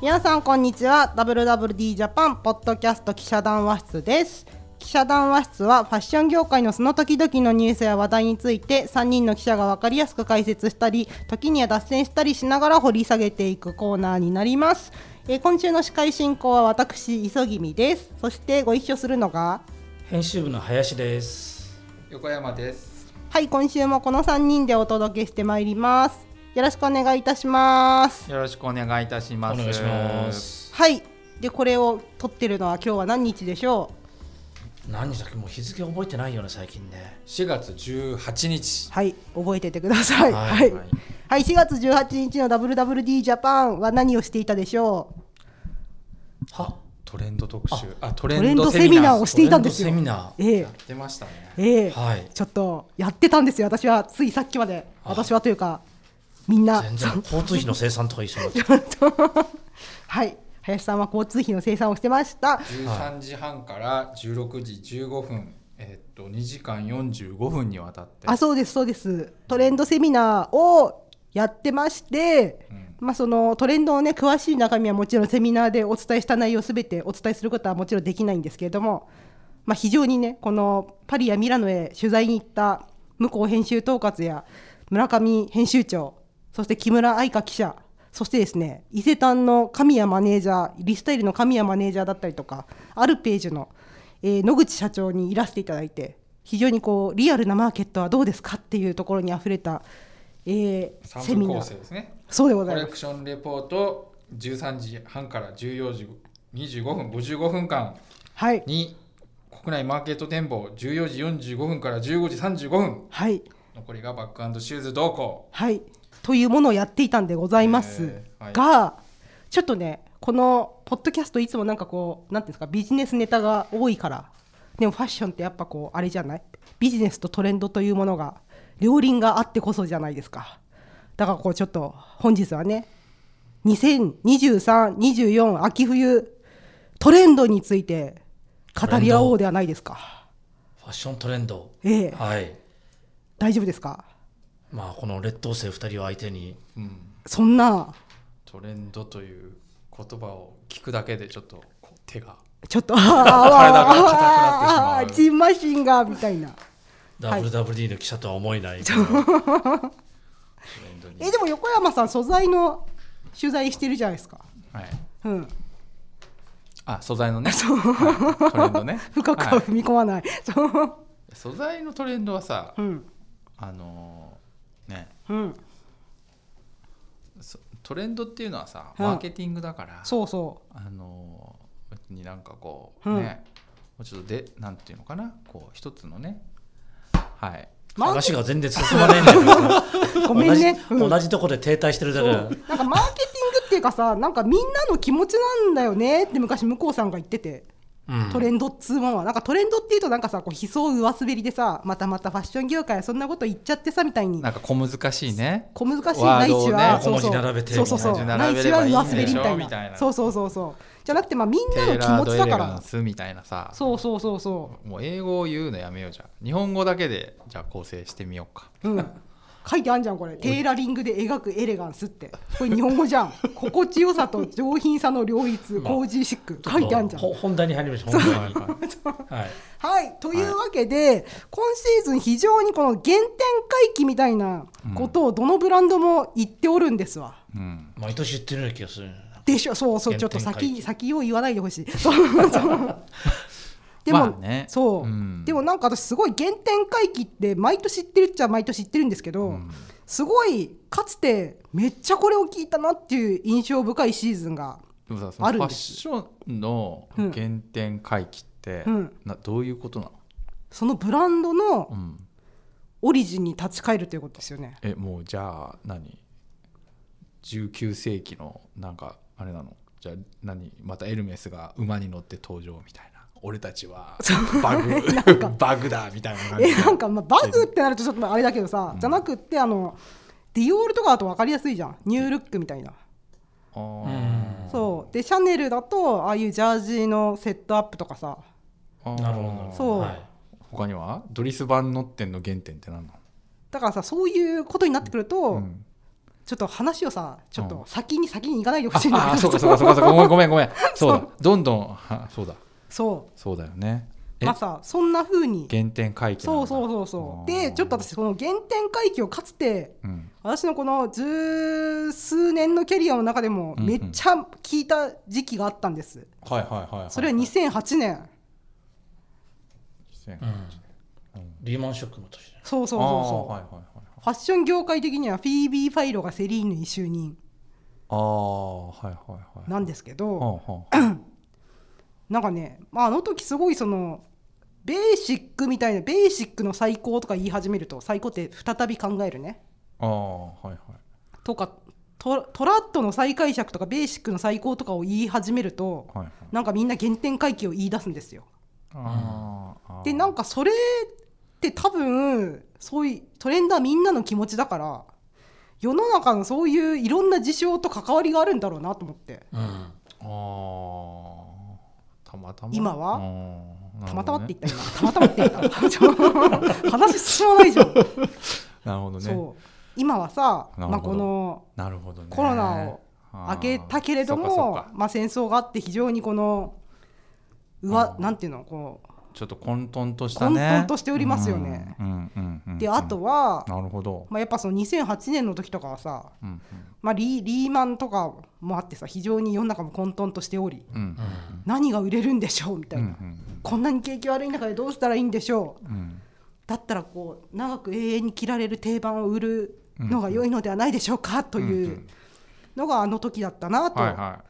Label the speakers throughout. Speaker 1: 皆さんこんにちは WWD ジャパンポッドキャスト記者談話室です記者談話室はファッション業界のその時々のニュースや話題について3人の記者が分かりやすく解説したり時には脱線したりしながら掘り下げていくコーナーになります、えー今週の司会進行は私磯君ですそしてご一緒するのが
Speaker 2: 編集部の林です。
Speaker 3: 横山です。
Speaker 1: はい今週もこの3人でお届けしてまいりますよろしくお願いいたします
Speaker 3: よろしくお願いいたし
Speaker 2: お
Speaker 3: ます。
Speaker 2: 願いします。
Speaker 1: はいでこれを撮ってるのは今日は何日でしょう
Speaker 2: 何日だっけもう日付覚えてないよね最近ね。
Speaker 3: 4月18日。
Speaker 1: はい覚えててくださいはい、はい4月18日の WWD ジャパンは何をしていたでしょう
Speaker 2: は
Speaker 3: トレンド特集。あ、ト
Speaker 1: レンドセミナーをしていたんですよ
Speaker 2: トレンドセミナ
Speaker 1: ええ
Speaker 3: やってましたね。
Speaker 1: ええ
Speaker 2: はい
Speaker 1: ちょっとやってたんですよ私はついさっきまで
Speaker 2: あ
Speaker 1: 私はというかみんな
Speaker 2: ー。全然交通費の生産とか一緒 になってる。
Speaker 1: はい林さんは交通費の生産をしてました
Speaker 3: 13時半から16時15分。えっと、2時間45分にわたって。
Speaker 1: あそうですそうですトレンドセミナーをやってまして、
Speaker 3: うん
Speaker 1: まあ、そのトレンドのね詳しい中身はもちろんセミナーでお伝えした内容をすべてお伝えすることはもちろんできないんですけれども、まあ、非常にねこのパリやミラノへ取材に行った向こう編集統括や村上編集長そして木村愛香記者そしてですね伊勢丹の神谷マネージャーリスタイルの神谷マネージャーだったりとかアルページュの、えー野口社長にいらしていただいて非常にこうリアルなマーケットはどうですかっていうところにあふれた、えーセ
Speaker 3: 3
Speaker 1: ミ
Speaker 3: 部
Speaker 1: ナ
Speaker 3: 構成
Speaker 1: ー
Speaker 3: ですね。
Speaker 1: そうでご
Speaker 3: コ
Speaker 1: ざい
Speaker 3: レ
Speaker 1: ます
Speaker 3: クションレポート13時半から14時25分、55分間
Speaker 1: はい
Speaker 3: に国内マーケット展望14時45分から15時35分。
Speaker 1: はい
Speaker 3: 残りがバックシューズ同行。
Speaker 1: はい、というものをやっていたんでございます
Speaker 3: えーはい
Speaker 1: が、ちょっとねこのポッドキャストいつもなんかこうなんていうんですかビジネスネタが多いからでもファッションってやっぱこうあれじゃないビジネスとトレンドというものが両輪があってこそじゃないですかだからこうちょっと本日はね2023-24秋冬トレンドについて語り合おうではないですか、
Speaker 2: ファッショントレンド。
Speaker 1: ええ
Speaker 2: はい。
Speaker 1: 大丈夫ですか
Speaker 2: まあこの劣等生二人を相手に
Speaker 3: うん。
Speaker 1: そんな
Speaker 3: トレンドという言葉を聞くだけでちょっとこう手が
Speaker 1: ちょっと、あーあ
Speaker 3: が硬くなってしま
Speaker 1: ー
Speaker 3: う
Speaker 1: あージンマシンが、みたいな。はい
Speaker 2: WWD の記者とは思えない。このトレンドに
Speaker 1: え、でも横山さん、素材の取材してるじゃないですか。
Speaker 3: はい
Speaker 1: うん。
Speaker 3: あ素材のねはいトレ ンドね
Speaker 1: 深く
Speaker 3: は
Speaker 1: は踏み込まない。そう。
Speaker 3: い素材のトレンドはさ
Speaker 1: うん。
Speaker 3: あのーね
Speaker 1: うん。
Speaker 3: そトレンドっていうのはさ
Speaker 1: うん
Speaker 3: マーケティングだから
Speaker 1: そうそ
Speaker 3: あのー別になんかこ
Speaker 1: う。
Speaker 3: うんねもうちょっとでなんていうのかなこう一つのねはいう
Speaker 1: マー
Speaker 2: 話が全然進まないんだけどさ。
Speaker 1: ケごめんね。
Speaker 2: 同
Speaker 1: う
Speaker 2: じ
Speaker 1: ん
Speaker 2: 同じとこで停滞してるだけだ。
Speaker 1: なんかマーケティングっていうかさ、なんかみんなの気持ちなんだよねって昔向こうさんが言ってて。
Speaker 2: うん
Speaker 1: トレンドっつうもんはなんかトレンドっていうとなんかさこう悲壮上滑りでさまたまたファッション業界はそんなこと言っちゃってさみたいに
Speaker 3: なんか小難しいね
Speaker 1: 小難しい
Speaker 3: ワ
Speaker 1: な
Speaker 3: ー
Speaker 1: い
Speaker 3: ドを
Speaker 1: し
Speaker 3: ね
Speaker 1: は、
Speaker 2: 小文字並べて
Speaker 1: そうそうそう
Speaker 3: みたいな
Speaker 1: ないしは上滑りみたい
Speaker 3: 並べればいいんでしょ
Speaker 1: な
Speaker 3: みたいな
Speaker 1: そうそうそうそうじゃなくてまあみんな
Speaker 3: テイラ
Speaker 1: の
Speaker 3: ー
Speaker 1: 気持
Speaker 3: ド
Speaker 1: ち
Speaker 3: エ
Speaker 1: だ
Speaker 3: レ
Speaker 1: か
Speaker 3: ガン
Speaker 1: ら
Speaker 3: スみたいなさ
Speaker 1: そうそうそうそ
Speaker 3: もう英語を言うのやめようじゃん日本語だけでじゃあ構成してみようか
Speaker 1: ううん書いてあんじゃんこれテイラリングで描くエレガンスってこれ日本語じゃ ん心地よさと上品さの両立
Speaker 2: まあ
Speaker 1: コージーシック書いてあんじゃん
Speaker 2: ほ本題に入りましょう。本題に。はい。
Speaker 1: はいというわけで、今シーズン非常にこの原点回帰みたいなことをどのブランドも言っておるんですわ、
Speaker 3: うん、
Speaker 2: 毎年言ってるような気がする。
Speaker 1: でしょそうそうちょ
Speaker 2: 原
Speaker 1: っと
Speaker 2: 点回帰
Speaker 1: 先先を言わないでほしい そうそうでも、
Speaker 3: まあね
Speaker 1: そう、
Speaker 3: うん
Speaker 1: でもなんか私すごい原点回帰って毎年言ってるっちゃ毎年言ってるんですけど、
Speaker 3: うん
Speaker 1: すごいかつてめっちゃこれを聞いたなっていう印象深いシーズンが
Speaker 3: でもさその
Speaker 1: あ
Speaker 3: フ
Speaker 1: るん
Speaker 3: ァッ
Speaker 1: です
Speaker 3: ションの
Speaker 1: うん
Speaker 3: 原点回帰って、
Speaker 1: うん
Speaker 3: などういうことなの、
Speaker 1: そのブランド
Speaker 3: う
Speaker 1: の
Speaker 3: ん、
Speaker 1: オリジンに立ち返るということですよね。
Speaker 3: えもうじゃあ何19世紀のなんかあれなのじゃあ何またエルメスが馬に乗って登場みたいな俺たちはバグ バグだみたいな感じ
Speaker 1: えなんかまあバグってなるとちょっとあれだけどさ、
Speaker 3: うん
Speaker 1: じゃなくってあのディオールとかだと分かりやすいじゃんニュールックみたいな。
Speaker 3: あー
Speaker 2: うん
Speaker 1: そうでシャネルだとああいうジャージのセットアップとかさ
Speaker 3: あー
Speaker 2: なるほど。
Speaker 1: そう
Speaker 2: はい
Speaker 3: 他にはドリス・バン・ノッテンの原点って何なの
Speaker 1: だからさそういうことになってくると、
Speaker 3: うん
Speaker 1: ちょっと話をさちょっと先に先に行かないでほしいんだ
Speaker 3: ああ
Speaker 1: け
Speaker 3: そう
Speaker 1: ど
Speaker 3: かそうかそうかそうかごめんごめん ごめんそうだどんどんはそうだ
Speaker 1: そ
Speaker 3: そうだよね
Speaker 1: う
Speaker 3: え
Speaker 1: まあさそんな風に
Speaker 3: 原点回帰な
Speaker 1: そう
Speaker 3: んだ
Speaker 1: そうそうそう
Speaker 3: あー
Speaker 1: でちょっと私この原点回帰をかつて
Speaker 3: うん
Speaker 1: 私のこの十数年のキャリアの中でも
Speaker 3: うんうん
Speaker 1: めっちゃ聞いた時期があったんです、
Speaker 3: はいはいはいい
Speaker 1: それは2008年
Speaker 3: 2008
Speaker 2: うんリーマンショックの年だよ
Speaker 1: そうそうそうそう、
Speaker 3: ああはいはいはいはい
Speaker 1: ファッション業界的にはフィービー・ファイロがセリーヌに就任
Speaker 3: ああはいはいはい
Speaker 1: なんですけど、
Speaker 3: はあはあ
Speaker 1: なんかね、まあ、あの時すごいそのベーシックみたいなベーシックの最高とか言い始めると最高って再び考えるね
Speaker 3: ああはいはい
Speaker 1: とかトトラットの再解釈とかベーシックの最高とかを言い始めると
Speaker 3: はいはい
Speaker 1: なんかみんな原点回帰を言い出すんですよ。
Speaker 3: あーあー
Speaker 1: でなんかそれって多分そういうトレンドはみんなの気持ちだから世の中のそういういろんな事象と関わりがあるんだろうなと思って
Speaker 2: うん
Speaker 3: あーたまたま
Speaker 1: 今は
Speaker 3: うん
Speaker 1: たまたまって言った今たまたまって言った ちょ話進まないじゃん。
Speaker 3: なるほどねなるほどね
Speaker 1: そう今はさ、
Speaker 3: なるほど
Speaker 1: まあ、この
Speaker 3: なるほどね
Speaker 1: コロナを明けたけれど
Speaker 3: あーそっ
Speaker 1: も
Speaker 3: かそっか
Speaker 1: まあ、戦争があって非常にこのうわ
Speaker 3: あー
Speaker 1: なんていうのこう
Speaker 3: ちょっと混沌としたね
Speaker 1: 混沌としておりますよね
Speaker 3: うんうんうんうんうん
Speaker 1: であとは、
Speaker 3: なるほど
Speaker 1: まあ、やっぱその2008年の時とかはさ、
Speaker 3: うん
Speaker 1: まあ、リーリーマンとかもあってさ非常に世の中も混沌としており
Speaker 3: うんうん
Speaker 1: 何が売れるんでしょうみた
Speaker 3: う
Speaker 1: い
Speaker 3: ん
Speaker 1: な、
Speaker 3: うん
Speaker 1: こんなに景気悪い中でどうしたらいいんでしょう
Speaker 3: うん
Speaker 1: だったらこう長く永遠に着られる定番を売るのが良いのではないでしょうかと
Speaker 3: うんう
Speaker 1: いうんのがあの時だったなと
Speaker 3: はいはい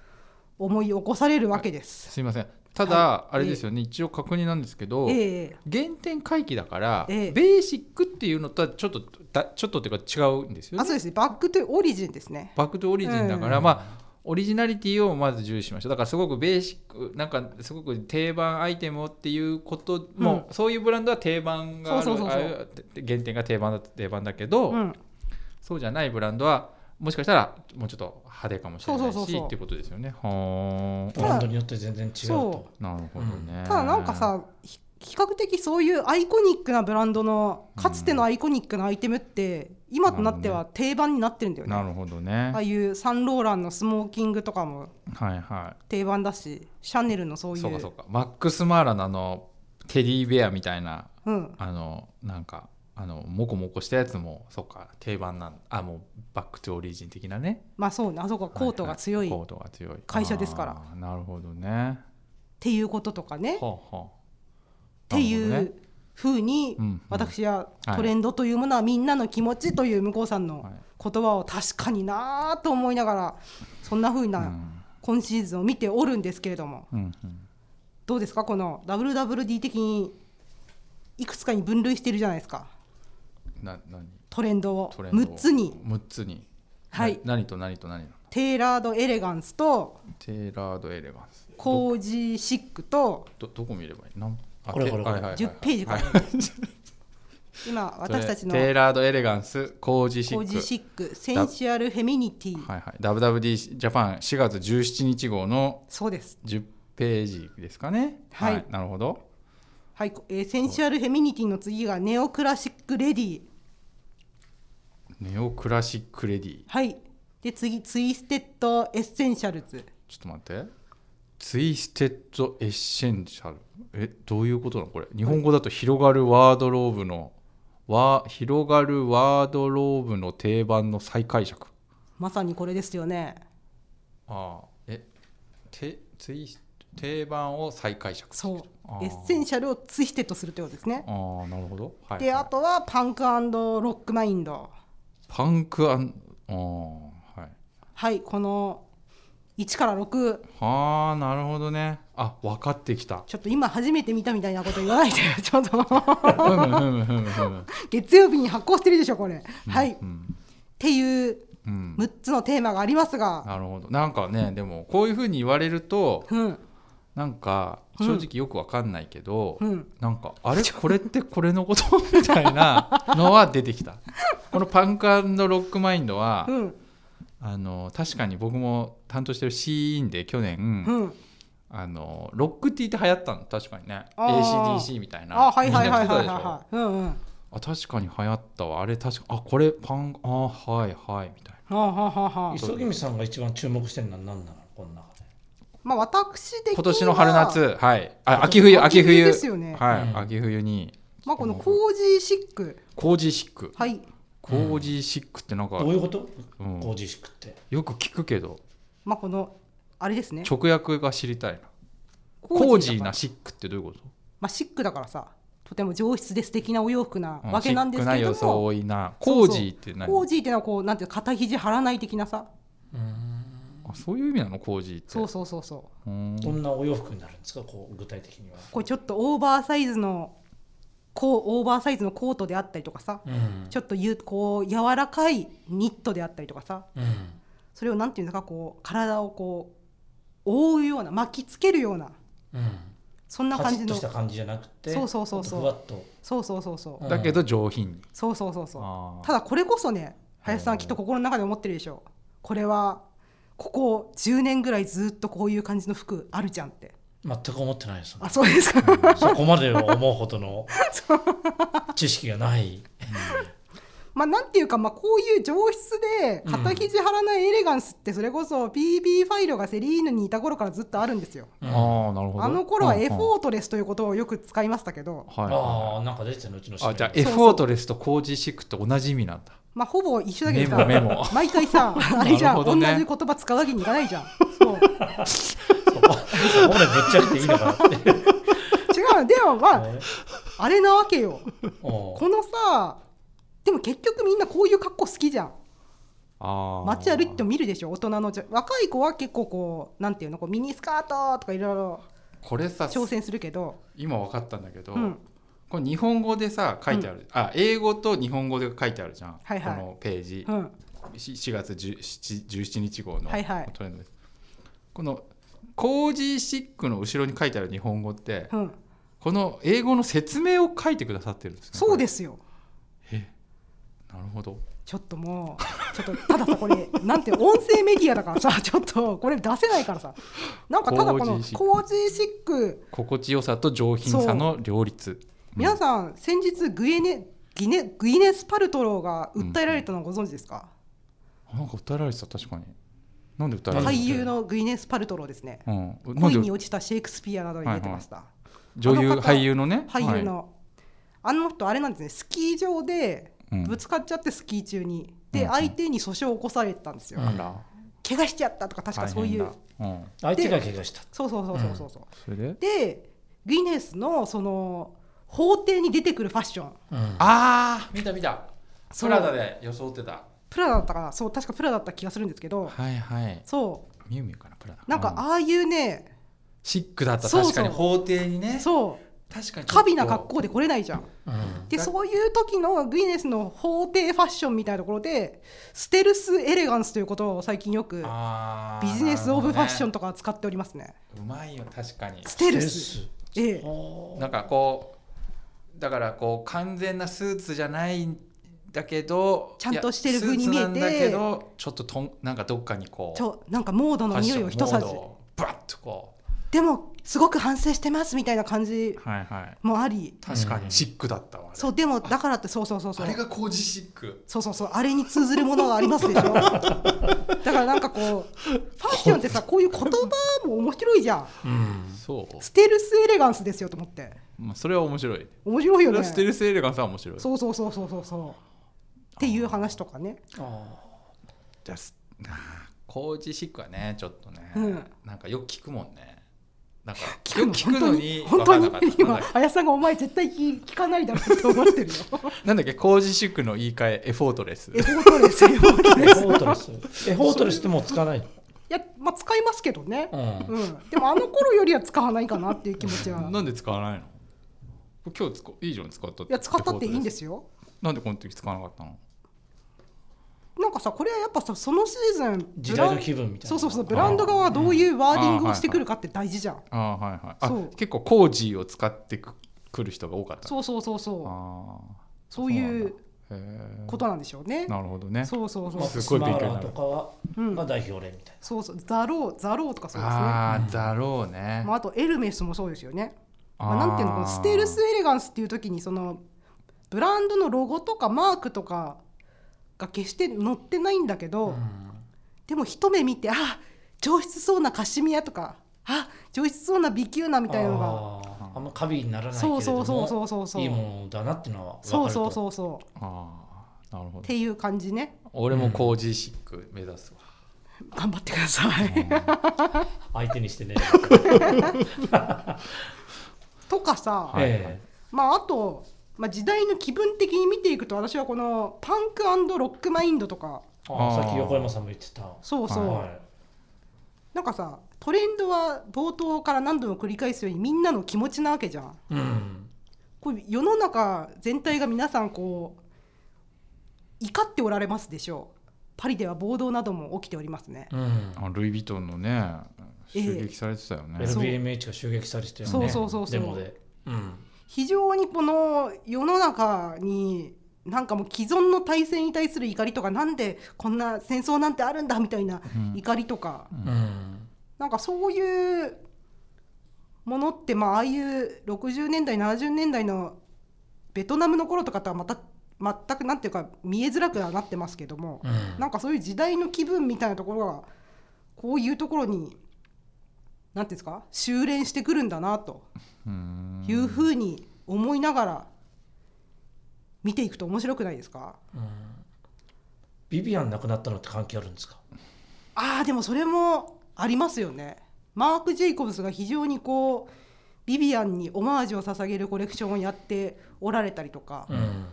Speaker 1: 思い起こされるわけです。
Speaker 3: すいませんた
Speaker 1: は
Speaker 3: だ
Speaker 1: い
Speaker 3: あれですよね一応確認なんですけど
Speaker 1: ええ
Speaker 3: 原点回帰だからベ
Speaker 1: ええ
Speaker 3: ーシックっていうのとはちょっとだちょっとっていうか違うんですよ
Speaker 1: あ
Speaker 3: ね
Speaker 1: そうですバックトゥオリジンですね。
Speaker 3: バックトゥオリジンだから、
Speaker 2: うん
Speaker 3: まあオリジナリティをまず重視しましただからすごくベーシックなんかすごく定番アイテムをっていうことも、そういうブランドは定番がある
Speaker 1: そうそうそうそう
Speaker 3: ああいう原点が定番だと定番だけど、
Speaker 1: うん、
Speaker 3: そうじゃないブランドはもしかしたらもうちょっと派手かもしれな
Speaker 1: そう
Speaker 3: いし
Speaker 1: そうそうそう
Speaker 3: っていうことですよね。は
Speaker 2: ブランドによって全然違うと
Speaker 1: そ
Speaker 3: あなるほどね。
Speaker 1: ただなんかさひ比較的そういうアイコニックなブランドのかつてのアイコニックなアイテムって今となっては定番になってるんだよね。
Speaker 3: なるほどね
Speaker 1: あ。あいうサンローランのスモーキングとかも
Speaker 3: はいは
Speaker 1: 定番だしシャネルのそう
Speaker 3: い。
Speaker 1: い
Speaker 3: そう
Speaker 1: う
Speaker 3: かそうか。マックス・マーラのあのテディベアみたいな
Speaker 1: うん、
Speaker 3: あのなんかあのモコモコしたやつもそうか定番なんあもうバックトゥオリジン的なね
Speaker 1: まあそうねあそこはコートが強い
Speaker 3: はは
Speaker 1: っ
Speaker 3: コートが強い
Speaker 1: 会社ですから
Speaker 3: あーなるほどね
Speaker 1: ていうこととかねっ
Speaker 3: ほうほう
Speaker 1: てい
Speaker 3: なる
Speaker 1: うふうに
Speaker 3: うんうん
Speaker 1: 私は
Speaker 3: はい
Speaker 1: トレンドというものはみんなの気持ちという向こうさんの
Speaker 3: はい
Speaker 1: 言葉を確かになぁと思いながらそんなふう
Speaker 3: ほどね
Speaker 1: な今シーズンを見ておるんですけれども
Speaker 3: うんうんうん
Speaker 1: どうですかこの WWD 的にいくつかに分類してるじゃないですか
Speaker 3: な何
Speaker 1: トレンドを
Speaker 3: トレンド
Speaker 1: 6つに
Speaker 3: 6つに
Speaker 1: はい
Speaker 3: な何と何と何なの
Speaker 1: テイラード・エレガンスと
Speaker 3: テイラードエレガンス
Speaker 1: コージー・シックと
Speaker 3: どどこ見ればいいなんあ
Speaker 2: これこれ
Speaker 3: テはいはいはい
Speaker 1: 10ページから
Speaker 3: はい
Speaker 1: 今私たちのコ
Speaker 3: テイ
Speaker 1: ー
Speaker 3: ラードエレガンスコージシック
Speaker 1: ジー・シックセンシュアル・フェミニティ
Speaker 3: はいはい WWD ジャパン4月17日号の
Speaker 1: そうです
Speaker 3: 10ページですかね。
Speaker 1: はい
Speaker 3: なるほど。
Speaker 1: はい、えーセンシュアル・フェミニティの次がネオクラシック・レディ
Speaker 3: ネオクラシックレディ。
Speaker 1: はいで次ツイステッド・エッセンシャルズ
Speaker 3: ちょっと待って。ツイステッドエッシェンシャル。え、どういうことなのこれ。日本語だと広がるワードローブの、わ広がるワードローブの定番の再解釈。
Speaker 1: まさにこれですよね
Speaker 3: ああ、え、てツイス定番を再解釈して
Speaker 1: そ
Speaker 3: る
Speaker 1: う
Speaker 3: あー
Speaker 1: エッセンシャルをツイステッドするということですね
Speaker 3: ああ、なるほど。はい、
Speaker 1: で
Speaker 3: はい
Speaker 1: あとはパンクロックマインド
Speaker 3: パンクアン、ああ、はい。
Speaker 1: はいこの1から6
Speaker 3: はあ、なるほどね。あ、分かってきた。
Speaker 1: ちょっと今初めて見たみたいなこと言わ ないでちょっと
Speaker 3: ふむふむふむふむ。
Speaker 1: 月曜日に発行してるでしょこれ、はいっ
Speaker 3: うん
Speaker 1: ていう
Speaker 3: うん
Speaker 1: 6つのテーマがありますが
Speaker 3: なるほどなんかねでもこういうふうに言われると
Speaker 1: うん
Speaker 3: なんか正直よくわかんないけど、
Speaker 1: うん
Speaker 3: なんかあれこれってこれのことみたい なのは出てきたこのパンクロックマインドは、
Speaker 1: うん
Speaker 3: あの確かに僕も担当してる C インで去年、
Speaker 1: うん
Speaker 3: あのロックティーって流行ったの確かにね
Speaker 1: あー
Speaker 3: ACDC みたいな
Speaker 1: あはいはいはいはいはい
Speaker 3: みんな聞たでしょ
Speaker 1: はいうんうん
Speaker 3: あ確かに流行ったわあれ確かあこれパンあはいはいみたいな
Speaker 1: はあはあはあはあ
Speaker 3: そ
Speaker 4: 磯君さんが一番注目してるのは何なのこの中で
Speaker 1: まあ私的には
Speaker 3: 今年の春夏はいあ秋冬秋
Speaker 1: 秋
Speaker 3: 冬
Speaker 1: 冬ですよね
Speaker 3: はい、
Speaker 4: うん
Speaker 3: 秋冬に
Speaker 1: まあこのコージーシック
Speaker 3: コージーシック
Speaker 1: はい
Speaker 3: コージーシックってなんか、
Speaker 4: どういうこと
Speaker 3: うん
Speaker 4: 工事宿って
Speaker 3: よく聞くけど
Speaker 1: まあこのあれですね
Speaker 3: 直訳が知りたいなコージー
Speaker 1: だから
Speaker 3: なシックってどういうこと
Speaker 1: まあシックだからさとても上質で素敵なお洋服な
Speaker 3: うん
Speaker 1: わけなんですけれど
Speaker 3: シックな
Speaker 1: も
Speaker 3: 装いな
Speaker 1: そ
Speaker 3: コ
Speaker 1: うそう
Speaker 3: ージーって何
Speaker 1: コージーってのはこうなんていうか肩肘張らない的なさ
Speaker 3: あそういう意味なのコージーって
Speaker 1: そうそうそうそう
Speaker 3: うーん
Speaker 4: どんなお洋服になるんですかこう具体的には
Speaker 1: こうちょっとオーバーサイズのこうオーバーサイズのコートであったりとかさ
Speaker 4: うん
Speaker 1: ちょっとゆこう柔らかいニットであったりとかさ
Speaker 4: うん
Speaker 1: それをなんていうんですかこう体をこう覆うような巻きつけるような
Speaker 4: うん
Speaker 1: そんな
Speaker 4: カ
Speaker 1: 感
Speaker 4: チ
Speaker 1: じ
Speaker 4: ッと
Speaker 1: の
Speaker 4: し
Speaker 1: そ
Speaker 4: た
Speaker 1: う
Speaker 4: 感じじゃなくて
Speaker 1: そうそうそうそう
Speaker 4: ふわっと
Speaker 1: そうそうそう
Speaker 4: うん
Speaker 3: だけど上品に、
Speaker 1: そうそうそうそう
Speaker 3: あー
Speaker 1: ただこれこそね林さんきっと心の中で思ってるでしょうこれはここ10年ぐらいずっとこういう感じの服あるじゃんって
Speaker 4: 全く思ってないですね
Speaker 1: あそうですか
Speaker 4: そこまで思うほどの知識がない
Speaker 1: まあなんていうかまあこういう上質で肩肘張らないエレガンスってそれこそ BB ファイロがセリーヌにいた頃からずっとあるんですよ
Speaker 4: うん
Speaker 3: ああなるほど
Speaker 1: あの頃はエフ
Speaker 3: うんうん
Speaker 1: ォートレスということをよく使いましたけど
Speaker 3: はい
Speaker 4: ああなんか出てるのうちの姉妹
Speaker 3: あじゃあ
Speaker 1: う
Speaker 3: エ
Speaker 1: そう
Speaker 3: フォートレスとコージーシックって同じ意味なんだ
Speaker 1: まあほぼ一緒だけどさ
Speaker 3: メ モメモ
Speaker 1: 毎回さあれじゃ
Speaker 3: なる
Speaker 1: ん
Speaker 3: ほ
Speaker 1: 同
Speaker 3: ど
Speaker 1: じ
Speaker 3: ね
Speaker 1: 言葉使うわけにいかないじゃんそう
Speaker 4: そこそこまでぶっちゃけていいのかなっていう
Speaker 1: 違うのでも まあ
Speaker 4: ね
Speaker 1: あれなわけよ
Speaker 4: おう
Speaker 1: このさでも結局みんなこういう格好好きじゃん
Speaker 3: ああ
Speaker 1: 街歩いても見るでしょ大人のじょ若い子は結構こうなんていうのこうミニスカートとかいろいろ
Speaker 3: これさ
Speaker 1: 挑戦するけど
Speaker 3: 今分かったんだけど、
Speaker 1: うん
Speaker 3: これ日本語でさ書いてある、あ英語と日本語で書いてあるじゃん、
Speaker 1: はいはい
Speaker 3: このページ、
Speaker 1: うん
Speaker 3: し4月17 17日号の
Speaker 1: はいはい
Speaker 3: トレンドですこのコージーシックの後ろに書いてある日本語って、
Speaker 1: うん
Speaker 3: この英語の説明を書いてくださってるんですね
Speaker 1: そうですすよ
Speaker 3: なるほど
Speaker 1: ちょっともうちょっとたださこ れなんていう音声メディアだからさちょっとこれ出せないからさなんかただこの
Speaker 3: コージーシック
Speaker 1: コージーシック
Speaker 3: 心地よさと上品さの両立
Speaker 1: 皆さん先日グエネギネグイネス・パルトローが訴えられたのご存知ですか、
Speaker 3: あなんか訴えられてた確かになんで訴えられて
Speaker 1: 俳優のグイネス・パルトローですね
Speaker 3: た、うん、なん
Speaker 1: 恋に
Speaker 3: で
Speaker 1: 落ちたシェイクスピアなどに出てました、
Speaker 3: 女優
Speaker 1: あの方
Speaker 3: 俳優のね
Speaker 1: 俳優の、あの人あれなんですねスキー場で
Speaker 3: うん
Speaker 1: ぶつかっちゃってスキー中に、
Speaker 3: うん
Speaker 1: で
Speaker 3: うん
Speaker 1: 相手に訴訟を起こされたんですよ、
Speaker 4: う
Speaker 3: はい
Speaker 4: ん
Speaker 3: あら
Speaker 1: 怪我しちゃったとか確かそういう
Speaker 3: 大変だうん、
Speaker 4: 相手が怪我した
Speaker 1: そうそうそうそうそうそう
Speaker 3: それで
Speaker 1: でギネスのその法廷に出てくるファッション
Speaker 4: あ
Speaker 3: ああ見た見た
Speaker 1: そ
Speaker 3: プ
Speaker 1: う
Speaker 3: ラダで装ってた
Speaker 1: プラダだったかなそう確かプラダだった気がするんですけど、
Speaker 3: はいはい
Speaker 1: そう
Speaker 3: ミュウミュウかなプラダ
Speaker 1: なんか
Speaker 3: う
Speaker 1: ああいうね、
Speaker 3: シックだった
Speaker 1: そうそう
Speaker 3: 確かに法廷にね
Speaker 1: そう
Speaker 3: 確かに
Speaker 1: 華美な格好で来れないじゃん
Speaker 4: うん
Speaker 1: で
Speaker 3: だ
Speaker 1: そういう時のグイネスの法廷ファッションみたいなところでステルスエレガンスということを最近よくビジネス・オブ・ファッション
Speaker 3: と
Speaker 1: とか使っておりますね
Speaker 3: うまいよ確かに
Speaker 1: ステル
Speaker 4: で
Speaker 1: ス
Speaker 4: す
Speaker 1: ええ
Speaker 4: お
Speaker 3: なんかこうだからこう完全なスーツじゃないんだけど
Speaker 1: ちゃんと
Speaker 3: いや
Speaker 1: してる風に見えて
Speaker 3: スーツなんだけどちょっととんなんかどっかにこう
Speaker 1: ちょなんかモード
Speaker 3: ファ
Speaker 1: の
Speaker 3: ッシ
Speaker 1: 匂
Speaker 3: ョン
Speaker 1: いを一さじ
Speaker 3: モードをバッとこ
Speaker 1: でもすごく反省してますみたいな感じ
Speaker 3: うはいはい
Speaker 1: もあり
Speaker 3: 確か
Speaker 4: う
Speaker 3: に
Speaker 4: ん
Speaker 3: シックだったわあれ
Speaker 1: そうでもだからってそうそうそうそ
Speaker 3: あ
Speaker 1: う
Speaker 3: れが工事シック
Speaker 1: そうそうそうあれに通ずるものがあります でしょだからなんかこうファッションってさこういう言葉も面白いじゃん
Speaker 4: うん
Speaker 3: そう
Speaker 1: ステルスエレガンスですよと思って
Speaker 3: まあ、それは面白い。
Speaker 1: 面白い
Speaker 3: そ
Speaker 1: よね
Speaker 3: れはステルスエレガンスは面白い。
Speaker 1: そうそうそうそうそうそうっていう話とかね
Speaker 4: あ
Speaker 3: じゃあすあーコージシックはね、ちょっとね、
Speaker 1: うん
Speaker 3: なんかよく聞くもんね。なんか
Speaker 1: 聞く
Speaker 3: よ
Speaker 1: の
Speaker 3: く聞くのに
Speaker 1: 本当に
Speaker 3: 分か
Speaker 1: 本
Speaker 3: ん
Speaker 1: 当
Speaker 3: な
Speaker 1: に
Speaker 3: かった
Speaker 1: 今林さんがお前絶対聞聞かないだろうと思ってる よ
Speaker 3: なんだっけ、コージシックの言い換え、エフォートレス。
Speaker 1: エフォートレスエフォート
Speaker 4: エ
Speaker 1: レス
Speaker 4: フォートレ スエフォートレスってもうつかない
Speaker 1: いや、まあ、使いますけどね、
Speaker 4: うん
Speaker 1: うん、でもあの頃よりは使わないかなっていう気持ちは
Speaker 3: なんで使わないのこれ今日使ういいじゃん、使ったっ
Speaker 1: い
Speaker 3: て。。
Speaker 1: や使ったっていいんですすよ
Speaker 3: なんでこの時使わなかったの
Speaker 1: なんかさこれはやっぱさそのシーズン
Speaker 4: 時代
Speaker 1: ブ
Speaker 4: の
Speaker 1: ラン
Speaker 4: 気分みたい
Speaker 1: そ
Speaker 4: な
Speaker 1: うそうそうブランド側はどういうワーディングをしてくるかって大事じゃん、
Speaker 3: ああ、はいはい。あ
Speaker 1: そう
Speaker 3: 結構コージーを使ってくくる人が多かった。う
Speaker 1: そうそうそうそう
Speaker 3: あ
Speaker 1: そういう
Speaker 3: あ。へ
Speaker 1: ことなんでしょうね
Speaker 3: え。なるほどね。
Speaker 1: そうそうそう
Speaker 4: まあ
Speaker 3: すごい勉強に
Speaker 4: スマ
Speaker 3: なる
Speaker 4: ーラーとかは
Speaker 1: うん
Speaker 4: が代表例みたい
Speaker 1: そうそうザローザローとかそうですね
Speaker 3: ああ、だろうね。
Speaker 1: まあ、あとエルメスもそうですよね。まあ、
Speaker 3: あー
Speaker 1: なんていうのこのステルスエレガンスっていう時にそのブランドのロゴとかマークとかが決して載ってないんだけど、でも一目見てあ上質そうなカシミヤとかあ上質そうな美級なみたいなのが
Speaker 4: あんまカビにならないけれど
Speaker 1: そう
Speaker 4: も
Speaker 1: そうそうそうそうそう
Speaker 4: いいものだなっていうのは分かると
Speaker 1: そうそうそうそ
Speaker 3: ああなるほ
Speaker 1: うっ
Speaker 3: ど
Speaker 1: ていう感じね
Speaker 3: 俺もコージーシック目指すわ、
Speaker 1: 頑張ってください
Speaker 4: 相手にしてね、
Speaker 1: とかさ、
Speaker 3: はい
Speaker 4: え
Speaker 1: まああと、まあ、時代の気分的に見ていくと私はこのパンクロックマインドとか
Speaker 4: え
Speaker 3: あー
Speaker 4: さっき横山さんも言ってた
Speaker 1: そうそう、
Speaker 4: はい
Speaker 1: なんかさトレンドは冒頭から何度も繰り返すようにみんなの気持ちなわけじゃん
Speaker 4: うん、
Speaker 1: こう世の中全体が皆さんこう怒っておられますでしょうパリでは暴動なども起きておりますね、
Speaker 4: うん、
Speaker 3: あルイ・ヴィトンのね
Speaker 1: ええ
Speaker 3: 襲撃されてたよね、
Speaker 1: そう
Speaker 4: LVMH が襲撃されてたよね
Speaker 1: そうそうそうそう
Speaker 4: デモで、うん、
Speaker 1: 非常にこの世の中になんかもう既存の体制に対する怒りとかなんでこんな戦争なんてあるんだみたいな
Speaker 3: うん
Speaker 1: 怒りとか、
Speaker 4: うん
Speaker 1: なんかそういうものってまあああいう60年代70年代のベトナムの頃とかとはまた全くなんていうか見えづらくはなってますけども、
Speaker 4: うん
Speaker 1: なんかそういう時代の気分みたいなところがこういうところに何ていうんですか修練してくるんだなと
Speaker 3: うん
Speaker 1: いうふうに思いながら見ていくと面白くないですか
Speaker 4: ビビアン亡くなったのって関係あるんですか
Speaker 1: あーでもそれもありますよねマーク・ジェイコブスが非常にこうビビアンにオマージュを捧げるコレクションをやっておられたりとか、
Speaker 4: うん